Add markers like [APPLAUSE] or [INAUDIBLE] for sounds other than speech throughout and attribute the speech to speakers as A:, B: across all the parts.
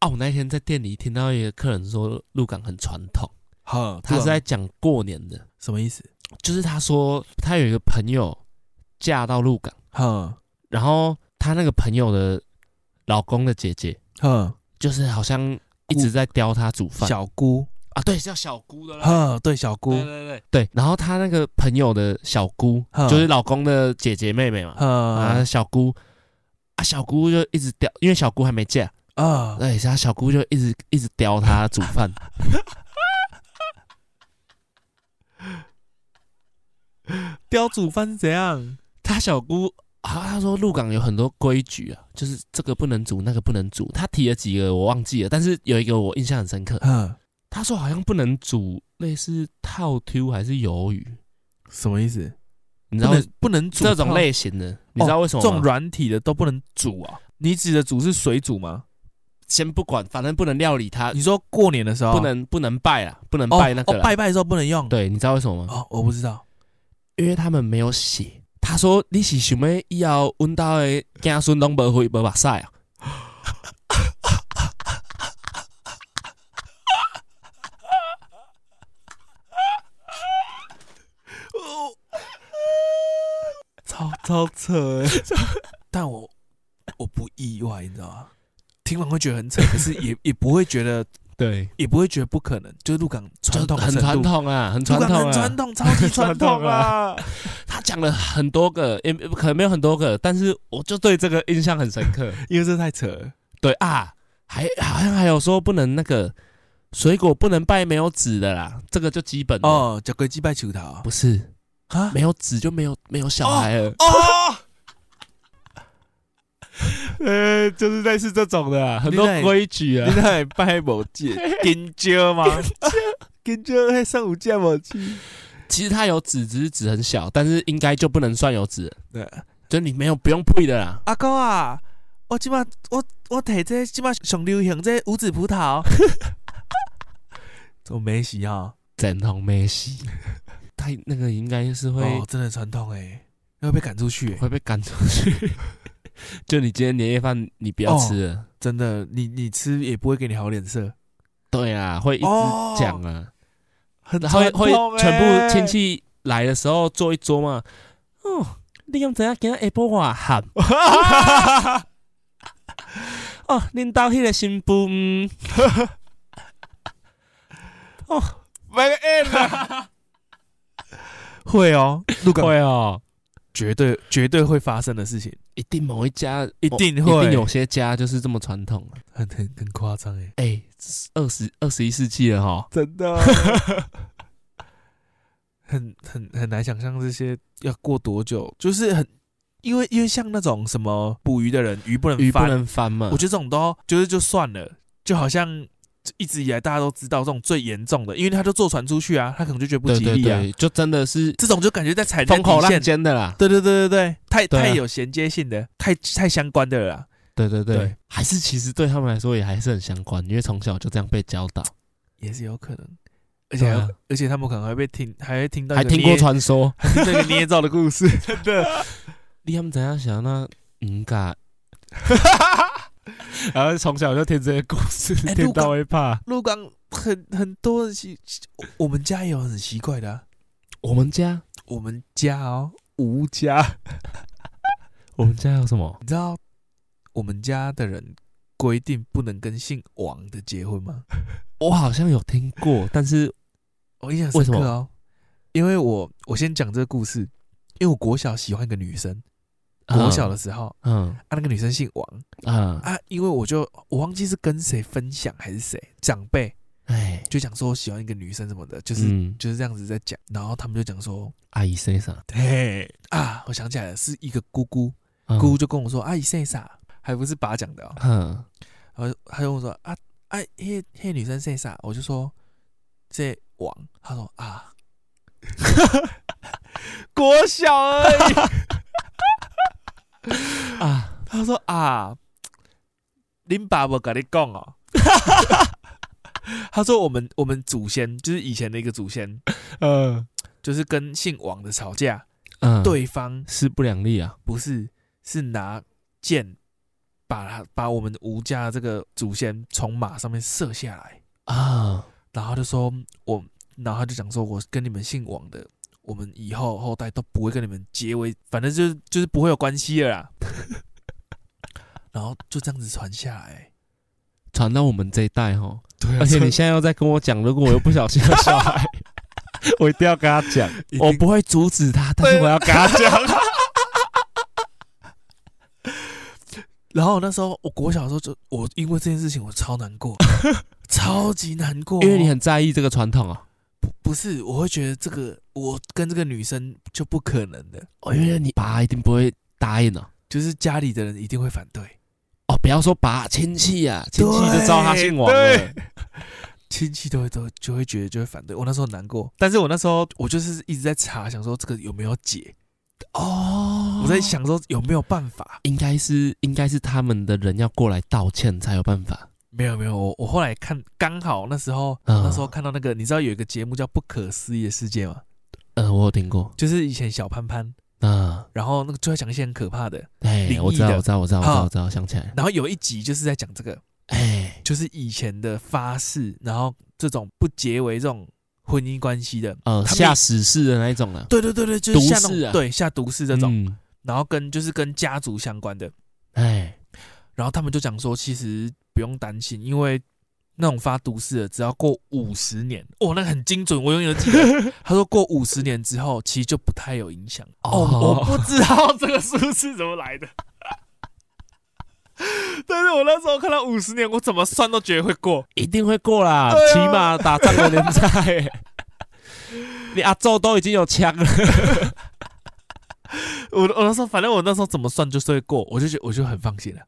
A: 啊，我那天在店里听到一个客人说，鹿港很传统，
B: 哈，
A: 他
B: 对啊
A: 是在讲过年的，
B: 什么意思？
A: 就是他说他有一个朋友嫁到鹿港，
B: 哈
A: 然后他那个朋友的老公的姐姐，
B: 哈，
A: 就是好像一直在刁他煮饭
B: 小姑，
A: 啊，对，叫小姑的啦。
B: 哈，对小姑
A: 对，对对对，然后他那个朋友的小姑，
B: 哼
A: 就是老公的姐姐妹妹嘛，啊，
B: 哈
A: 小姑啊，小姑就一直刁，因为小姑还没嫁，
B: 啊，
A: 对，他小姑就一直一直刁他煮饭。
B: 雕煮饭是怎样？
A: 他小姑啊，他说鹿港有很多规矩啊，就是这个不能煮，那个不能煮。他提了几个我忘记了，但是有一个我印象很深刻，
B: 哈，
A: 他说好像不能煮类似套 Q 还是鱿鱼，
B: 什么意思？
A: 你知
B: 不
A: 道为
B: 能不能煮
A: 这种
B: 泡
A: 类型的，你知道为什
B: 这
A: 么吗？
B: 种软体的都不能煮啊？你指的煮是水煮吗？
A: 先不管，反正不能料理它，
B: 你说过年的时候
A: 呃不能不能拜啊，不能
B: 哦
A: 拜那个
B: 哦
A: 啦。
B: 拜拜的时候不能用？
A: 对，你知道为什么吗？
B: 哦，我不
A: [LAUGHS]
B: 知道。
A: 因为他们没有写。他说你是想要以后阮家的子孙拢无血无目屎啊？
B: 超超扯欸， [LAUGHS] 但我我不意外，你知道吗？听完会觉得很扯，可是也 [LAUGHS] 也不会觉得，
A: 对，
B: 也不会觉得不可能。就是鹿港
A: 就
B: 传统的
A: 很
B: 程度
A: 传，统啊，很传
B: 鹿港
A: 统
B: 很
A: 啊
B: 传。统，超级 [LAUGHS] 传
A: 传统
B: 啊！
A: 他讲了很多个，也可能没有很多个，但是我就对这个印象很深刻。
B: 因为这太扯了，
A: [LAUGHS] 对啊，还好像还有说不能那个水果不能拜没有籽的啦，这个就基本的
B: 哦，脚龟鸡拜球桃
A: 不是
B: 啊
A: 没有籽就没有没有小孩了。
B: 哦， [LAUGHS]
A: 呃，就是类似这种的、啊很
B: 多
A: 多规矩啊
B: 你。那拜某戒金蕉吗？ [LAUGHS] 金蕉还上午见某去？
A: 其实它有籽，只是籽很小，但是应该就不能算有籽，
B: 对，
A: 就你没有不用配的啦。
B: 阿公啊，我即马我我摕这即马上流行这无籽葡 [LAUGHS] 萄，我没洗啊，
A: 整桶没 [LAUGHS] 洗，太那个应该是会、
B: 哦，真的传统哎，要被赶出去欸，
A: 会被赶出去。 [LAUGHS] 就你今天年夜饭你不要吃了，
B: 真的，你你吃也不会给你好脸色，
A: 对啊，会一直讲啊，
B: 很
A: 然后会
B: 传统
A: 会
B: 欸
A: 全部亲，戚来的时候坐一桌嘛。哦，你用怎样跟 Apple 话喊？ [LAUGHS] 哦，恁兜迄个新妇，嗯，
B: 买个 N 会哦，鹿港
A: 会哦，
B: 绝对绝对会发生的事情，
A: 一定某一家
B: 一定
A: 哦一
B: 会，
A: 定有些家就是这么传统啊。
B: 很很很夸张哎，
A: 哎，二十二十一世纪了哈，
B: 真的， [LAUGHS] 很很很难想象这些要过多久，就是很因为因为像那种什么捕鱼的人，鱼不能
A: 鱼不
B: 翻，
A: 能翻嘛
B: 我。觉得这种都就是就算了，就好像一直以来大家都知道这种最严重的，因为他就坐船出去啊，他可能就觉得不
A: 对
B: 吉
A: 对
B: 利啊，
A: 对，就真的是
B: 这种就感觉在踩
A: 风口
B: 底
A: 浪
B: 线。
A: 尖的啦。
B: 对对对对对，太
A: 对啊
B: 太有衔接性的，太太相关的了啦。
A: 对对对
B: 对，
A: 还是其实对他们来说也还是很相关，因为从小就这样被教导，
B: 也是有可能，而且还有、
A: 对啊
B: 而且他们可能还被听，还会听到一
A: 还
B: 个
A: 听过
B: 捏
A: 传说。
B: 还听那个捏造的
A: [LAUGHS]
B: 故事，真的。
A: 你他们怎样想那嗯嘎， [LAUGHS] 然后从小就听这些故事，
B: 哎听到
A: 会怕。
B: 鹿港很很多很奇，我我们家也有很奇怪的、啊，
A: 我们家
B: 我们家哦，吴家，
A: 我们家有什么？
B: 你知道我们家的人规定不能跟姓王的结婚吗？
A: 我好像有听过，但是
B: 我印象深刻
A: 为什
B: 哦，因为我我先讲这个故事，因为我国小喜欢一个女生，
A: 啊
B: 国小的时候、
A: 嗯
B: 啊，那个女生姓王
A: 嗯
B: 啊，因为我就我忘记是跟谁分享还是谁长辈
A: 哎，
B: 就讲说喜欢一个女生什么的，就是、
A: 嗯，
B: 就是这样子在讲，然后他们就讲说，
A: 阿姨身上
B: 嘿嗯啊，我想起来了，是一个姑姑，姑姑就跟我说，阿姨姓啥，还不是爸讲的、哦，
A: 嗯
B: 然后他就问我说，啊啊，嘿嘿女生姓啥，我就说这王，他说啊， [LAUGHS] 国小而已，
A: 啊，
B: 他说啊，林爸我跟你
A: [LAUGHS]
B: 讲哦。他说：“我们我们祖先就是以前的一个祖先，
A: 嗯
B: 就是跟姓王的吵架，
A: 嗯，
B: 对方
A: 势不两立啊。
B: 不是，是拿剑把他把我们的吴家的这个祖先从马上面射下来，
A: 啊，
B: 然后他就说我，然后他就讲说，我跟你们姓王的，我们以后后代都不会跟你们结为，反正就是就是不会有关系了啦。然后就这样子传下来，
A: 传到我们这一代哈。
B: 对
A: 而且你现在又在跟我讲，如果我又不小心有小 [LAUGHS] 孩，我一定要跟他讲，我不会阻止他，但是我要跟他讲。
B: [LAUGHS] 然后那时候我国小的时候就我因为这件事情我超
A: [LAUGHS]
B: 难过，超级难过，
A: 因为你很在意这个传统啊。
B: 不不是，我会觉得这个我跟这个女生就不可能的，
A: 哦，因为你爸一定不会答应啊。
B: 就是家里的人一定会反对，
A: 哦，不要说爸亲戚啊，亲戚就
B: 对
A: 知道他姓王了 [LAUGHS]
B: 对。亲戚都会都就会觉得就会反对。我那时候很难过，但是我那时候我就是一直在查，想说这个有没有解，
A: 哦，
B: 我在，想说有没有办法。
A: 应该是应该是他们的人要过来道歉才有办法。
B: 没有没有，我我后来看刚好那时候、
A: 嗯
B: 那时候看到那个，你知道有一个节目叫《不可思议的世界》吗？
A: 呃，我有听过。
B: 就是以前小潘潘，
A: 啊，
B: 然后那个就会讲一些很可怕的，
A: 哎，我知道，
B: 灵异的
A: 我知道，我知道，我知道，
B: 好
A: 我知道，想起来了。
B: 然后有一集就是在讲这个，
A: 哎，
B: 就是以前的发誓，然后这种不结为这种婚姻关系的，
A: 呃，
B: 他们
A: 下死士的那一种了。
B: 对对对对，就是下那
A: 毒
B: 种、
A: 誓啊
B: 对下毒誓这种，
A: 嗯，
B: 然后跟就是跟家族相关的，
A: 哎，
B: 然后他们就讲说，其实不用担心，因为那种发毒誓的，只要过五十年，哦，那个很精准，我永远都
A: [LAUGHS]
B: 记得。他说过五十年之后，其实就不太有影响。
A: 哦
B: 哦，我不知道这个数字怎么
A: [LAUGHS]
B: 来的，但是我那时候看到五十年，我怎么算都觉得会过。
A: 一定会过啦，
B: 对啊
A: 起码打仗的年代、你阿宙都已经有枪了，
B: [LAUGHS] 我我那时候反正我那时候怎么算就是会过，我就觉得我就很放心了。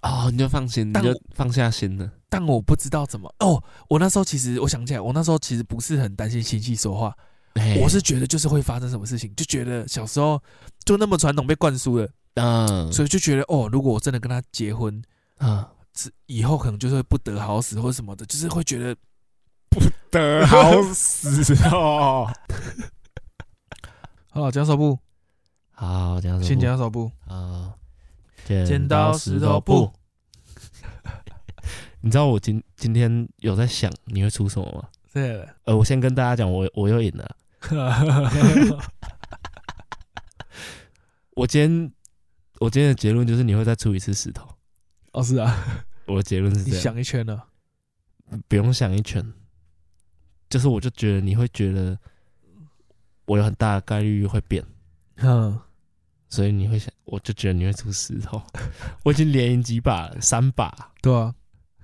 A: 哦，你就放心，你
B: 但
A: 就
B: 我
A: 放下心了。
B: 但我不知道怎么哦，我那时候其实我想起来，我那时候其实不是很担心亲戚说话，
A: 嘿
B: 我是觉得就是会发生什么事情，就觉得小时候就那么传统被灌输了，
A: 嗯
B: 所以就觉得哦，如果我真的跟他结婚，
A: 嗯
B: 是以后可能就是会不得好死或者什么的，就是会觉得
A: 得
B: [LAUGHS]
A: 好死哦。 [LAUGHS]
B: 好了，剪刀手布，
A: 好，这样子
B: 先剪刀手布，
A: 啊，
B: 剪刀石头布。
A: [LAUGHS] 你知道我今今天有在想你会出什么吗？
B: 对了，
A: 呃，我先跟大家讲，我我又赢了。我今天我今天的结论就是你会再出一次石头。
B: 哦是啊，
A: 我的结论是这啊
B: 你
A: 样。
B: 想一圈了，
A: 不用想一圈，就是我就觉得你会觉得我有很大的概率会变，
B: 嗯，
A: 所以你会想，我就觉得你会出石头。 [LAUGHS] 我已经连赢几把了，三把。
B: 对啊，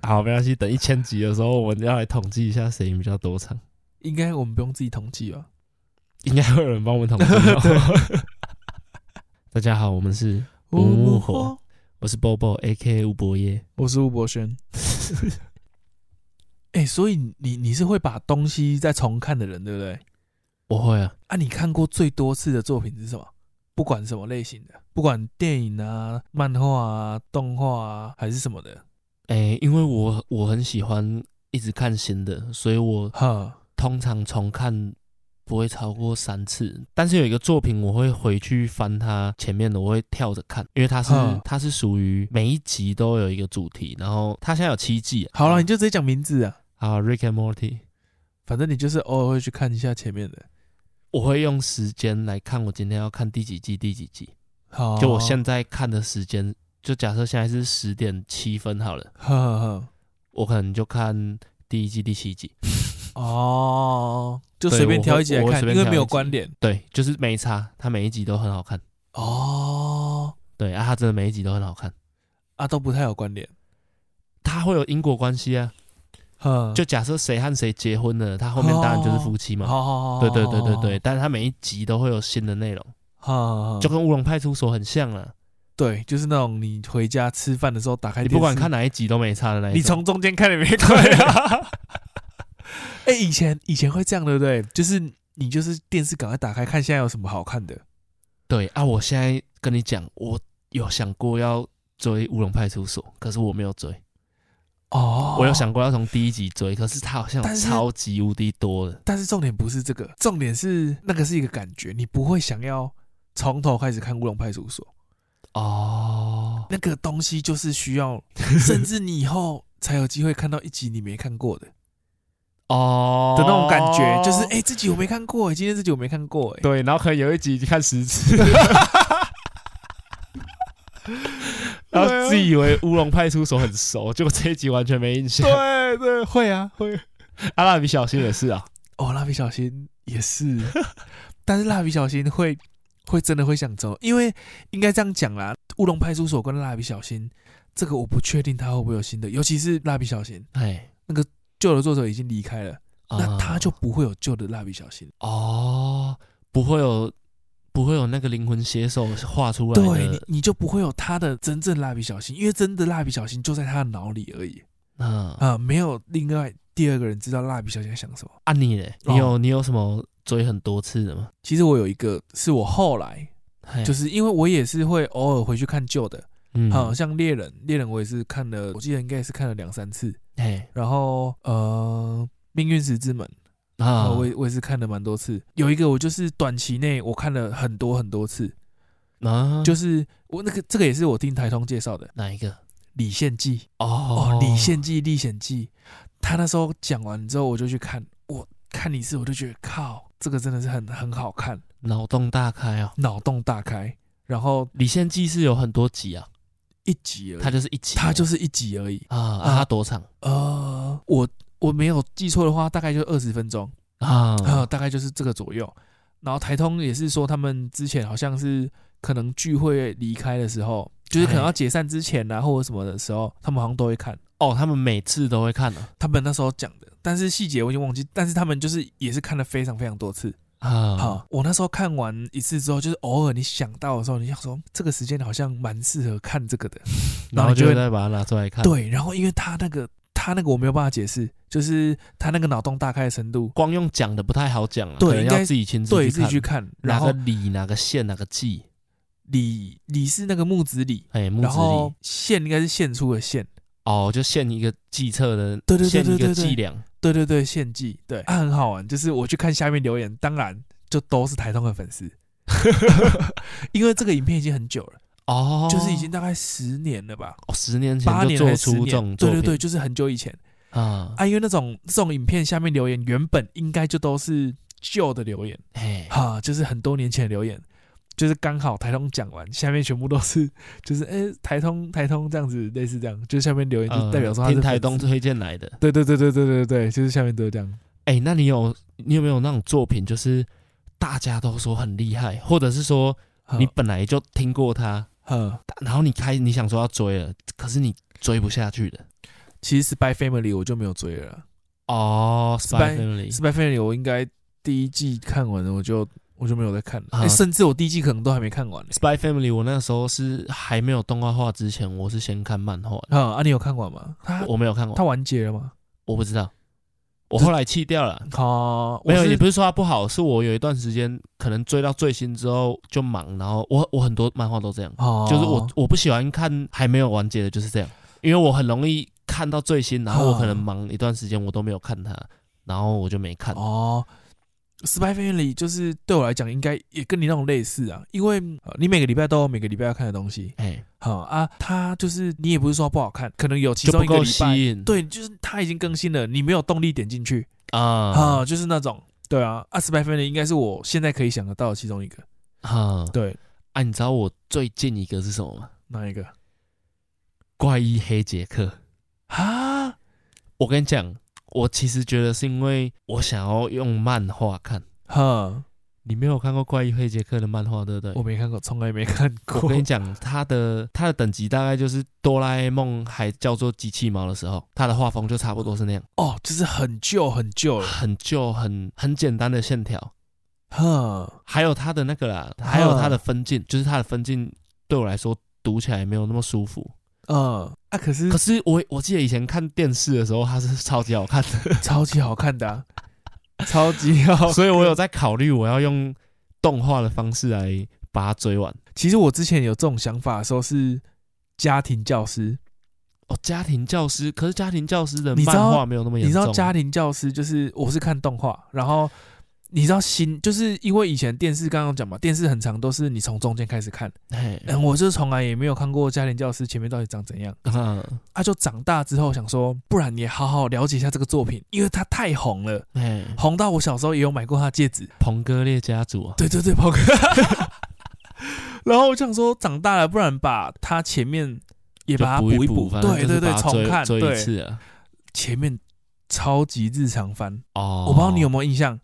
A: 好，没关系，等一千集的时候，我们要来统计一下谁赢比较多场，
B: 应该我们不用自己统计啊吧？
A: 应该会有人帮我们统计、哦。 [LAUGHS] 大家好，我们是五五火，我是 Bobo A K 吴博业。
B: 我是吴博轩。哎、所以你你是会把东西再重看的人，对不对？
A: 我会啊，
B: 啊，你看过最多次的作品是什么？不管什么类型的，不管电影啊、漫画啊、动画啊，还是什么的，
A: 诶、因为我我很喜欢一直看新的，所以我
B: 哈，
A: 通常重看不会超过三次，但是有一个作品我会回去翻它前面的，我会跳着看，因为它是
B: 嗯
A: 它是属于每一集都有一个主题，然后它现在有七季、啊。
B: 好了，你就直接讲名字啊，
A: 好，Rick and Morty，
B: 反正你就是偶尔会去看一下前面的。
A: 我会用时间来看我今天要看第几季第几季，
B: 好，
A: 就我现在看的时间，就假设现在是十点七分好了，
B: 呵呵
A: 我可能就看第一季第七集，
B: 呵，哦，就
A: 对
B: 随便
A: 我会
B: 挑一集来
A: 我会
B: 看，
A: 随便
B: 因为
A: 挑
B: 没
A: 一
B: 有
A: 集
B: 关联。
A: 对，就是没差，它每一集都很好看，
B: 哦，
A: 对啊，它真的每一集都很好看，
B: 啊，都不太有关联。
A: 它会有因果关系啊，
B: 哼，
A: 就假设谁和谁结婚了，他后面当然就是夫妻
B: 好
A: 嘛。
B: 好好，好
A: 对对对对，对，
B: 好
A: 但是他每一集都会有新的内容，
B: 好好好
A: 就跟《乌龙派出所》很像了。
B: 对，就是那种你回家吃饭的时候打开，
A: 你不管看，哪一集都没差的那一种。
B: 哎你从中间看也没对
A: [LAUGHS]
B: 啊。哎、以前以前会这样，对不对？就是你就是电视赶快打开看，现在有什么好看的？
A: 对啊，我现在跟你讲，我有想过要追《乌龙派出所》，可是我没有追。
B: 哦
A: 我有，想过要从第一集追，可是它好像有
B: 但是
A: 超级无敌多的。
B: 但是重点不是这个，重点是那个是一个感觉，你不会想要从头开始看《乌龙派出所》
A: 哦，
B: 那个东西就是需要， [LAUGHS] 甚至你以后才有机会看到一集你没看过的的
A: 哦
B: 那种感觉，就是哎、这集我没看过、今天这集我没看过、哎，
A: 对，然后可能有一集你看十次，
B: 啊
A: 然
B: 对
A: 后
B: 啊
A: 自以为乌龙派出所很熟，结果这一集完全没印象。
B: 对对，会啊会。
A: 阿拉比小新也是啊，
B: 哦，蜡笔小新也是， [LAUGHS] 但是蜡笔小新会会真的会想走，因为应该这样讲啦，乌龙派出所跟蜡笔小新这个我不确定他会不会有新的，尤其是蜡笔小新
A: 哎，
B: 旧的作者已经离开了，那
A: 啊
B: 他就不会有旧的蜡笔小新。
A: 哦，不会有不会有那个灵魂写手画出来
B: 对你
A: 的，，
B: 你就不会有他的真正蜡笔小新，因为真的蜡笔小新就在他的脑里而已
A: 嗯
B: 啊、没有另外第二个人知道蜡笔小新在想什么。
A: 啊你嘞，
B: 哦
A: 你有你有什么追很多次的吗？
B: 其实我有一个是我后来，
A: 嘿
B: 就是因为我也是会偶尔回去看旧的，
A: 哎嗯
B: 好、像猎人，猎人我也是看了，我记得应该也是看了两三次。
A: 哎
B: 然后呃，命运石之门，啊、
A: 啊
B: 我也我也是看了蛮多次。有一个我就是短期内我看了很多很多次，
A: 啊
B: 就是我那个这个也是我听台通介绍的《
A: 哪一个？
B: 李献记》
A: 哦
B: 哦，《李献记》《历险记》，他那时候讲完之后我就去看，我看一次我就觉得靠，这个真的是很很好看，
A: 脑洞大开哦，
B: 脑洞大开。然后
A: 李献记是有很多集啊，
B: 一集而
A: 它
B: 已，
A: 就是一集，
B: 它就是一集而已。
A: 啊啊，它多长
B: 呃，我我没有记错的话，大概就二十分钟，
A: 啊？
B: 呃，大概就是这个左右。然后台通也是说，他们之前好像是可能聚会离开的时候，就是可能要解散之前啊，或者什么的时候，他们好像都会看。
A: 哦，他们每次都会看的
B: 他们那时候讲的，但是细节我已经忘记。但是他们就是也是看了非常非常多次。
A: 啊。
B: 好、，我那时候看完一次之后，就是偶尔你想到的时候，你想说这个时间好像蛮适合看这个的。
A: 然
B: 然
A: 后
B: 后
A: 就
B: 就
A: 会
B: 会
A: 再把它拿出来看。，
B: 对，然后因为他那个他那个我没有办法解释，就是他那个脑洞大开的程度，
A: 光用讲的不太好讲了，啊
B: 对
A: 可能
B: 应
A: 要
B: 该
A: 自己亲自
B: 对自己
A: 看
B: 去看。
A: 哪
B: 然
A: 个
B: 后
A: 里哪个县哪个记，
B: 李李是那个木子李，
A: 哎，木
B: 然
A: 子
B: 后
A: 李
B: 线应该是献出的献，
A: 哦，就县一个计策的，
B: 对对对
A: 县一
B: 对
A: 个
B: 对对
A: 伎俩
B: 对对对，献祭，对，啊、很好玩。就是我去看下面留言，当然就都是台通的
A: [LAUGHS]
B: 粉丝，因为这个影片已经很久了，
A: 哦，
B: 就是已经大概十年了吧，
A: 哦十年
B: 八
A: 前就
B: 年还
A: 做
B: 是十
A: 出这
B: 年，
A: 种作
B: 对对
A: 品，
B: 对，就是很久以前
A: 啊，
B: 啊。因为那种这种影片下面留言原本应该就都是旧的留言，
A: 哎，
B: 哈、就是很多年前的留言，就是刚好台通讲完，下面全部都是就是哎、台通台通这样子，类似这样，就是下面留言就
A: 呃
B: 代表说他
A: 听
B: 是
A: 台
B: 粉丝
A: 东推荐来的。
B: 对对对对对对对，就是下面都是这样。
A: 哎，那你有你有没有那种作品，就是大家都说很厉害，或者是说
B: 嗯
A: 你本来就听过他，
B: 呵，
A: 然后你开你想说要追了，可是你追不下去的？
B: 其实《Spy Family》我就没有追了啦，
A: 哦
B: Spy-
A: ，Spy Family，
B: 《Spy Family》我应该第一季看完了，我就我就没有再看了、
A: 啊
B: 诶甚至我第一季可能都还没看完、呢。
A: Spy Family，我那时候是还没有动画化之前，我是先看漫画的，
B: 啊，啊，你有看完吗？他
A: 我没有看过
B: 他，完结了吗？
A: 我不知道，我
B: 这
A: 后来弃掉了。
B: 哦，
A: 没有，
B: 我是
A: 也不是说它不好，是我有一段时间可能追到最新之后就忙，然后我我很多漫画都这样，
B: 哦，
A: 就是我我不喜欢看还没有完结的，就是这样，因为我很容易看到最新，然后我可能
B: 哦
A: 忙一段时间我都没有看它，然后我就没看。
B: 哦。Spy Family 就是对我来讲，应该也跟你那种类似啊，因为、呃你每个礼拜都有每个礼拜要看的东西，
A: 哎，
B: 好、啊，它就是你也不是说不好看，可能有其
A: 就
B: 中
A: 不
B: 一个
A: 够
B: 礼
A: 吸
B: 拜，
A: 引，
B: 对，就是它已经更新了，你没有动力点进去，啊、
A: 啊
B: 就是那种，对啊，二十百分的应该是我现在可以想得到的其中一个。
A: 啊
B: 对，
A: 啊！你知道我最近一个是什么吗？
B: 哪一个？
A: 怪医黑杰克。
B: 啊，
A: 我跟你讲，我其实觉得是因为我想要用漫画看。
B: 哈，
A: 你没有看过《怪医黑杰克》的漫画，对不对？
B: 我没看过，从来没看过。
A: 我跟你讲，他的他的等级大概就是哆啦 A 梦还叫做机器猫的时候，他的画风就差不多是那样，
B: 哦，就是很旧很旧了。
A: 很旧、很很简单的线条，
B: 哈，
A: 还有他的那个啦，
B: 啊
A: 还有他的分镜，就是他的分镜对我来说读起来没有那么舒服。
B: 嗯，啊，可是
A: 可是我我记得以前看电视的时候，它是超级好看
B: [LAUGHS]
A: 的，
B: 超级好看的、啊，超级
A: [LAUGHS]
B: 好。
A: 所以我有在考虑我要用动画的方式来把它追完。
B: [LAUGHS] 其实我之前有这种想法的时候是家庭教师，
A: 哦，家庭教师，可是家庭教师的
B: 你知
A: 漫
B: 道
A: 画没有那么
B: 你
A: 严
B: 知
A: 重。
B: 道家庭教师就是我是看动画，然后你知道新就是因为以前电视刚刚讲嘛，电视很长都是你从中间开始看，
A: 嘿，
B: 嗯，我是从来也没有看过家庭教师前面到底长怎样。
A: 嗯，
B: 他、就长大之后想说，不然也好好了解一下这个作品，因为它太红了，
A: 嘿，
B: 红到我小时候也有买过他的戒指。
A: 鹏哥列家族啊，
B: 对对对，跑哥。 [LAUGHS] 然后我想说，长大了，不然把他前面也
A: 就
B: 把它
A: 补
B: 一
A: 补，反正
B: 对
A: 就
B: 对
A: 是
B: 对
A: 把，它
B: 重
A: 追
B: 看，
A: 追一
B: 对，
A: 次啊。
B: 前面超级日常番，
A: 哦，
B: 我不知道你有没有印象，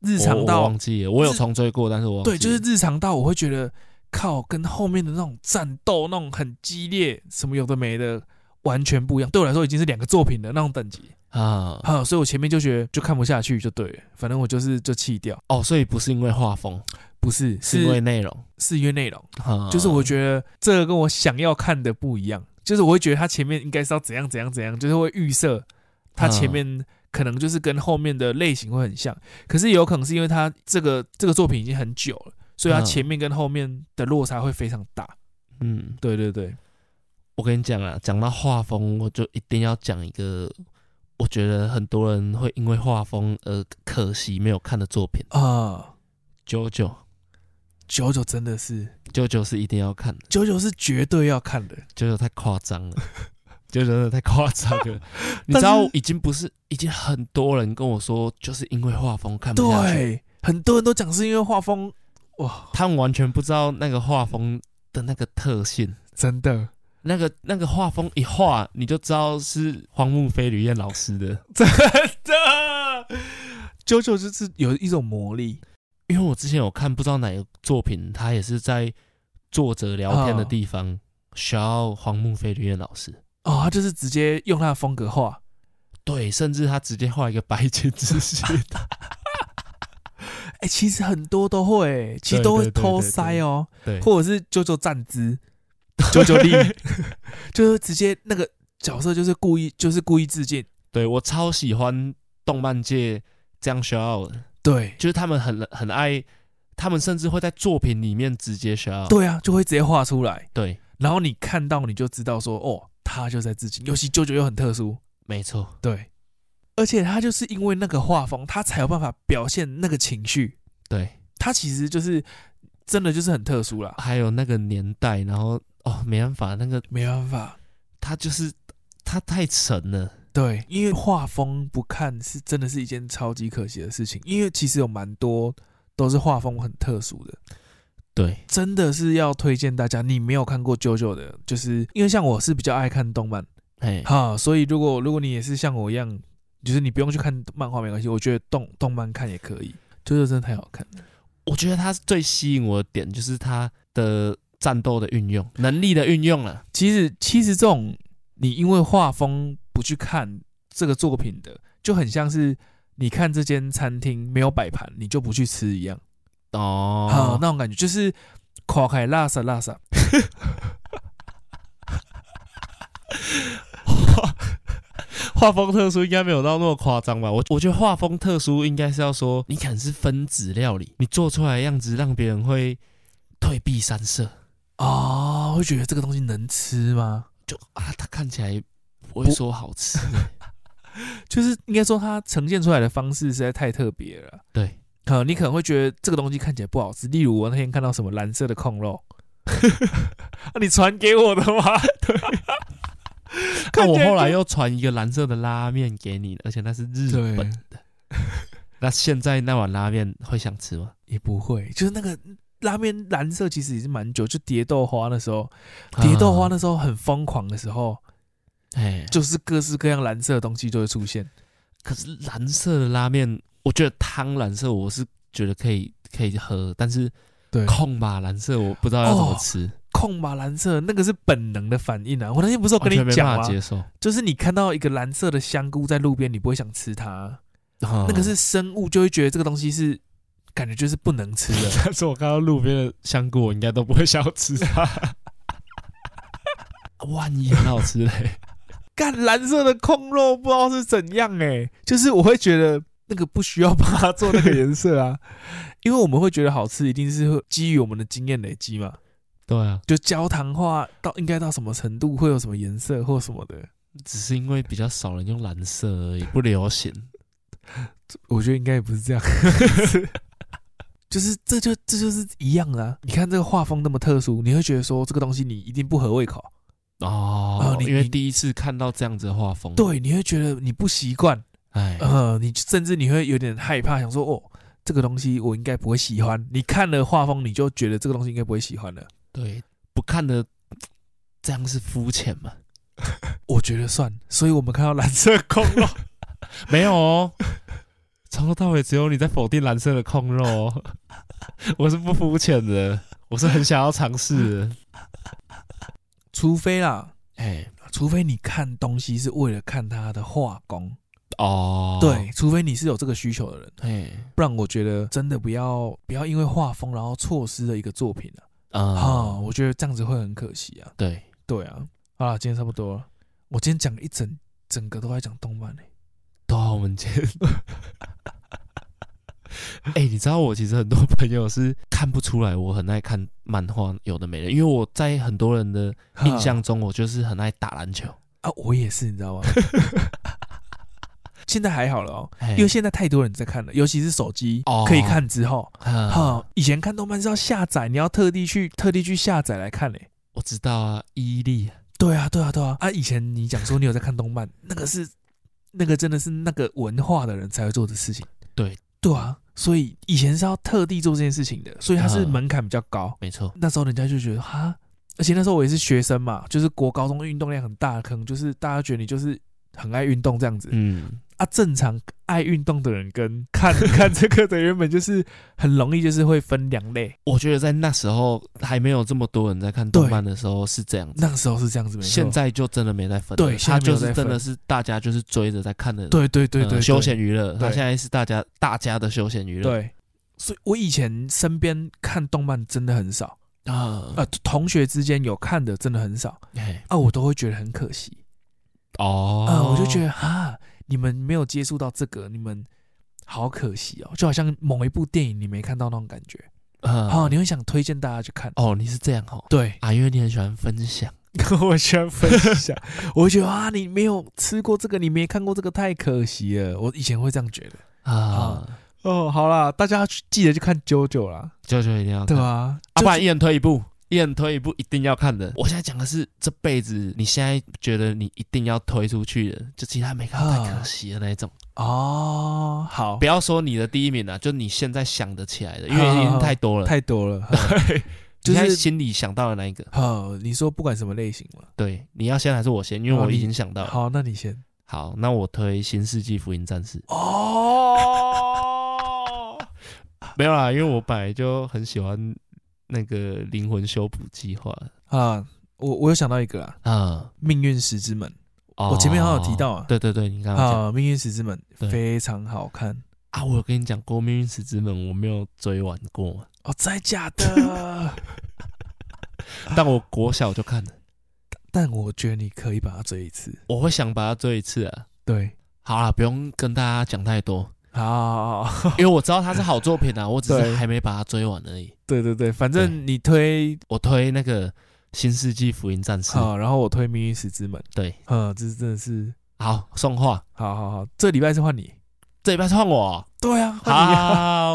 B: 日
A: 我
B: 常
A: 我
B: 到
A: 忘记了，我有
B: 日
A: 重追过，但是我忘
B: 对，
A: 记
B: 就是
A: 了
B: 日常到我会觉得靠，跟后面的那种战斗那种很激烈，什么有的没的，完全不一样。对我来说已经是两个作品的那种等级，
A: 啊，
B: 好，所以我前面就觉得就看不下去就对了，反正我就是就弃掉，
A: 哦，所以不是因为画风，
B: 不是
A: 是因为
B: 是
A: 内容，
B: 是因为内容，
A: 啊
B: 就是我觉得这个跟我想要看的不一样，就是我会觉得他前面应该是要怎样怎样怎样，就是会预设他前面。可能就是跟后面的类型会很像，可是也有可能是因为他这个这个作品已经很久了，所以他
A: 嗯
B: 前面跟后面的落差会非常大。
A: 嗯，
B: 对对对，
A: 我跟你讲啊，讲到画风，我就一定要讲一个，我觉得很多人会因为画风而可惜没有看的作品，
B: 啊、
A: 九九
B: 九九真的是
A: 九九是一定要看的，
B: 九九是绝对要看的，
A: 九九太夸张 [LAUGHS] 了。九九真的太夸张 [LAUGHS] 了，你
B: 但
A: 知道
B: 是
A: 已经不是已经很多人跟我说，就是因为画风看不下去，
B: 对，很多人都讲是因为画风，哇，
A: 他们完全不知道那个画风的那个特性，
B: 真的，
A: 那个那个画风一画，你就知道是荒木飞吕彦老师
B: [LAUGHS]
A: 的。
B: 的，九九就是有一种魔力，
A: 因为我之前有看，不知道哪个作品，他也是在作者聊天的地方学到荒木飞吕彦老师。
B: 哦，他就是直接用他的风格画，
A: 对，甚至他直接画一个白金之心，
B: 哎、其实很多都会，其实都会
A: 对对对
B: 偷塞哦，
A: 对，
B: 或者是九九站姿，
A: [LAUGHS]
B: 九九力，就是直接那个角色就是故意就是故意致敬，
A: 对我超喜欢动漫界这样学到的，
B: 对，
A: 就是他们很很爱，他们甚至会在作品里面直接学到。
B: 对啊，就会直接画出来。
A: 对，
B: 然后你看到你就知道说，哦，他就在致敬。尤其舅舅又很特殊，
A: 没错，
B: 对，而且他就是因为那个画风，他才有办法表现那个情绪。
A: 对。
B: 他其实就是真的就是很特殊啦，
A: 还有那个年代，然后哦，没办法，那个
B: 没办法，
A: 他就是他太沉了，
B: 对，因为画风不看是真的是一件超级可惜的事情，因为其实有蛮多都是画风很特殊的。
A: 对，
B: 真的是要推荐大家，你没有看过舅舅的，就是因为像我是比较爱看动漫，
A: 哎，
B: 哈，所以如果如果你也是像我一样，就是你不用去看漫画没关系，我觉得动动漫看也可以。就是真的太好看了，
A: 我觉得他最吸引我的点就是他的战斗的运用，能力的运用啊了，
B: 其实其实这种你因为画风不去看这个作品的，就很像是你看这间餐厅没有摆盘，你就不去吃一样，
A: 哦，
B: 好、那种感觉就是垮开拉萨拉萨，
A: [LAUGHS] 画风特殊应该没有到那么夸张吧？我我觉得画风特殊应该是要说，你可能是分子料理，你做出来的样子让别人会退避三舍，
B: 啊、会觉得这个东西能吃吗？
A: 就啊，他看起来不会说好吃，
B: 就是应该说它呈现出来的方式实在太特别了啦。
A: [LAUGHS] [LAUGHS] 对，
B: 可能你可能会觉得这个东西看起来不好吃，例如我那天看到什么蓝色的控肉， [LAUGHS] 啊、你传给我的吗？
A: 那
B: [LAUGHS] 看起
A: 啊我
B: 来
A: 后来
B: 就
A: 又传一个蓝色的拉面给你，而且那是日
B: 对
A: 本的。那现在那碗拉面会想吃吗？
B: 也不会，就是那个拉面蓝色其实已经蛮久，就蝶豆花那时候，
A: 啊
B: 蝶豆花
A: 呢？
B: 那时候很疯狂的时候，
A: 哎、
B: 就是各式各样蓝色的东西就会出现。
A: 可是蓝色的拉面，我觉得汤蓝色我是觉得可以可以喝，但是
B: 对
A: 空吧蓝色我不知道要怎么
B: 哦
A: 吃，
B: 控吧蓝色那个是本能的反应啊！我那天不是有跟
A: 完全
B: 你
A: 没
B: 讲
A: 办法
B: 吗？
A: 接受。
B: 就是你看到一个蓝色的香菇在路边，你不会想吃它，
A: 那
B: 那个是生物就会觉得这个东西是感觉就是不能吃的。 [LAUGHS]
A: 但是我看到路边的香菇，我应该都不会想要吃它。 [LAUGHS] 万一很好吃嘞，
B: 干蓝色的控肉不知道是怎样哎、就是我会觉得那个不需要把它做那个颜色啊， [LAUGHS] 因为我们会觉得好吃，一定是会基于我们的经验累积嘛。
A: 对啊，
B: 就焦糖化到应该到什么程度会有什么颜色或什么的，
A: 只是因为比较少人用蓝色而已，不流行。
B: 我觉得应该也不是这样， [LAUGHS] 就是这就这就是一样啊。你看这个画风那么特殊，你会觉得说这个东西你一定不合胃口，
A: 哦
B: 啊，你
A: 因为
B: 你
A: 第一次看到这样子的画风，，
B: 对，你会觉得你不习惯，
A: 哎，
B: 呃，你甚至你会有点害怕，想说哦，这个东西我应该不会喜欢。你看了画风，你就觉得这个东西应该不会喜欢了。
A: 对，不看的这样是肤浅嘛？
B: 我觉得算，所以我们看到蓝色空了。
A: 没有哦，从头到尾只有你在否定蓝色的控肉哦，我是不肤浅的，我是很想要尝试的，
B: 除非啦，
A: [LAUGHS] 哎，
B: 除非你看东西是为了看它的画工，
A: 哦，
B: 对，，除非你是有这个需求的人，
A: 哎，
B: 不然我觉得真的不要不要因为画风然后错失了一个作品啊。啊、
A: 啊，
B: 我觉得这样子会很可惜啊。
A: 对，
B: 对啊，好啦，今天差不多了。我今天讲一整整个都在讲动漫呢、
A: 对啊，我们今天。 [LAUGHS] 哎、你知道我其实很多朋友是看不出来我很爱看漫画，有的没的，因为我在很多人的印象中，我就是很爱打篮球。
B: 欸啊，我也是，你知道吗？现在还好了哦，
A: 嘿
B: 因为现在太多人在看了，尤其是手机、
A: 哎哦
B: 可以看之后，
A: 啊
B: 哈、以前看动漫是要下载，你要特地去特地去下载来看欸嘞、
A: 我知道啊，伊利啊
B: 对啊，对啊，对啊！啊，以前你讲说你有在看动漫，那个是那个真的是那个文化的人才会做的事情。
A: 对，
B: 对啊，所以以前是要特地做这件事情的，所以它是
A: 嗯
B: 门槛比较高。
A: 没错，
B: 那时候人家就觉得哈，而且那时候我也是学生嘛，就是国高中运动量很大，可能就是大家觉得你就是很爱运动这样子。
A: 嗯，
B: 啊，正常爱运动的人跟看 [LAUGHS] 看这个的原本就是很容易就是会分两类。
A: 我觉得在那时候还没有这么多人在看动漫的时候是这样子，
B: 那时候是这样子，没错。
A: 现在就真的没在分了，
B: 对现
A: 他
B: 在没
A: 就
B: 有在
A: 是
B: 分
A: 真的是大家就是追着在看的，
B: 对对对对
A: 呃
B: 对
A: 休闲娱乐，他
B: 对
A: 现在是大家大家的休闲娱乐，
B: 对，所以我以前身边看动漫真的很少，
A: 啊，
B: 呃，同学之间有看的真的很少
A: 嘿
B: 啊，我都会觉得很可惜
A: 哦
B: 啊、，我就觉得哈，你们没有接触到这个，你们好可惜哦，就好像某一部电影你没看到那种感觉，
A: 嗯
B: 啊，你会想推荐大家去看，
A: 哦，你是这样哦，，
B: 对 [LAUGHS]
A: 啊，因为你很喜欢分享，
B: 我喜欢分享，我会觉得啊，你没有吃过这个，你没看过这个，太可惜了，我以前会这样觉得。
A: 啊，
B: 哦，好啦，大家去记得去看《JoJo 啦，
A: 舅舅一定要看，
B: 对吧、
A: 啊，
B: 啊？
A: 不然一人推一部，一人推一部一定要看的。我现在讲的是这辈子你现在觉得你一定要推出去的，就其他没看到
B: 啊
A: 太可惜的那一种。
B: 哦，好
A: 不，要说你的第一名了，啊就你现在想得起来的，因
B: 好
A: 为已
B: 好
A: 经
B: 好
A: 太多了，
B: 太多 [LAUGHS] 了。呵
A: 就
B: 就是
A: 是心里想到的那一个。
B: 好，你说不管什么类型嘛，
A: 对，你要先还是我先？因为
B: 哦
A: 我已
B: 你
A: 经想到了。
B: 好，那你先。
A: 好，那我推《新世纪福音战士》。
B: 哦，
A: 没有啦，因为我本来就很喜欢那个灵魂修补计划
B: [LAUGHS] 啊，我我有想到一个啦，
A: 啊。
B: 命运石之门
A: 哦
B: 我前面好像有提到啊
A: 对对对，你刚刚讲
B: 啊，命运石之门
A: 对
B: 非常好看
A: 啊，我有跟你讲过《命运石之门》，我没有追完过，
B: 哦，真的假的？ [LAUGHS]
A: 但我国小就看了，
B: 但我觉得你可以把它追一次。
A: 我会想把它追一次啊。
B: 对，
A: 好啦，不用跟大家讲太
B: [LAUGHS]
A: 多，
B: 好，
A: 因为我知道它是好作品啊，我只是
B: 对
A: 还没把它追完而已。
B: [LAUGHS] 对对对，反
A: 对
B: 正你推
A: 我推那个《新世纪福音战士》
B: 好，然后我推命运石之门。
A: 对，
B: 嗯，这真的是，
A: 好，送话，
B: 好好好，这礼拜是换你。
A: 这礼拜是换我。
B: 对啊，换你啊。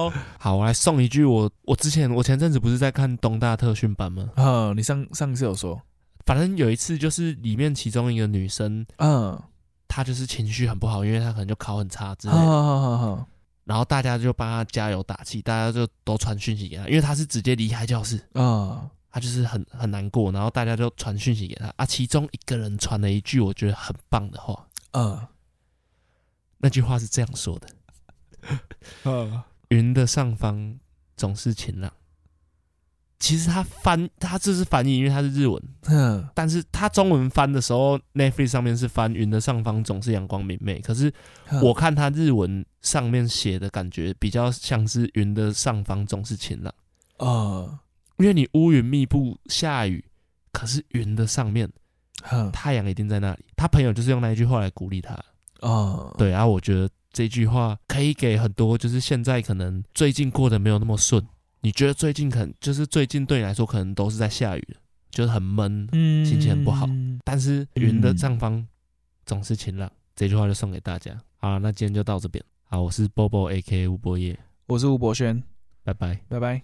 A: 好好，我来送一句我我之前我前阵子不是在看东大特训班吗？
B: 嗯，你上上次有说，
A: 反正有一次就是里面其中一个女生，
B: 嗯，
A: 她就是情绪很不好，因为她可能就考很差之类
B: 好
A: 的。
B: 好好好，
A: 然后大家就帮他加油打气，大家就都传讯息给他，因为他是直接离开教室，
B: 嗯，
A: 他就是很很难过，然后大家就传讯息给他啊。其中一个人传了一句我觉得很棒的话，
B: 嗯
A: 那句话是这样说的：
B: 嗯，
A: 云的上方总是晴朗。其实他翻他这是翻译，因为他是日文，
B: 嗯，
A: 但是他中文翻的时候，Netflix 上面是翻“云的上方总是阳光明媚”，可是
B: 嗯
A: 我看他日文上面写的感觉比较像是“云的上方总是晴朗”。
B: 嗯
A: 因为你乌云密布，下雨，可是云的上面
B: 哼
A: 太阳一定在那里。他朋友就是用那一句话来鼓励他。
B: 嗯，
A: 对啊，我觉得这句话可以给很多，就是现在可能最近过得没有那么顺，你觉得最近可能就是最近对你来说可能都是在下雨的，就是很闷，
B: 嗯，
A: 心情很不好
B: 嗯
A: 但是云的上方总是晴朗。这句话就送给大家。好啦，那今天就到这边。
B: 好，我是 Bobo A K 吴博业，
A: 我是吴博轩，
B: 拜拜。
A: 拜拜。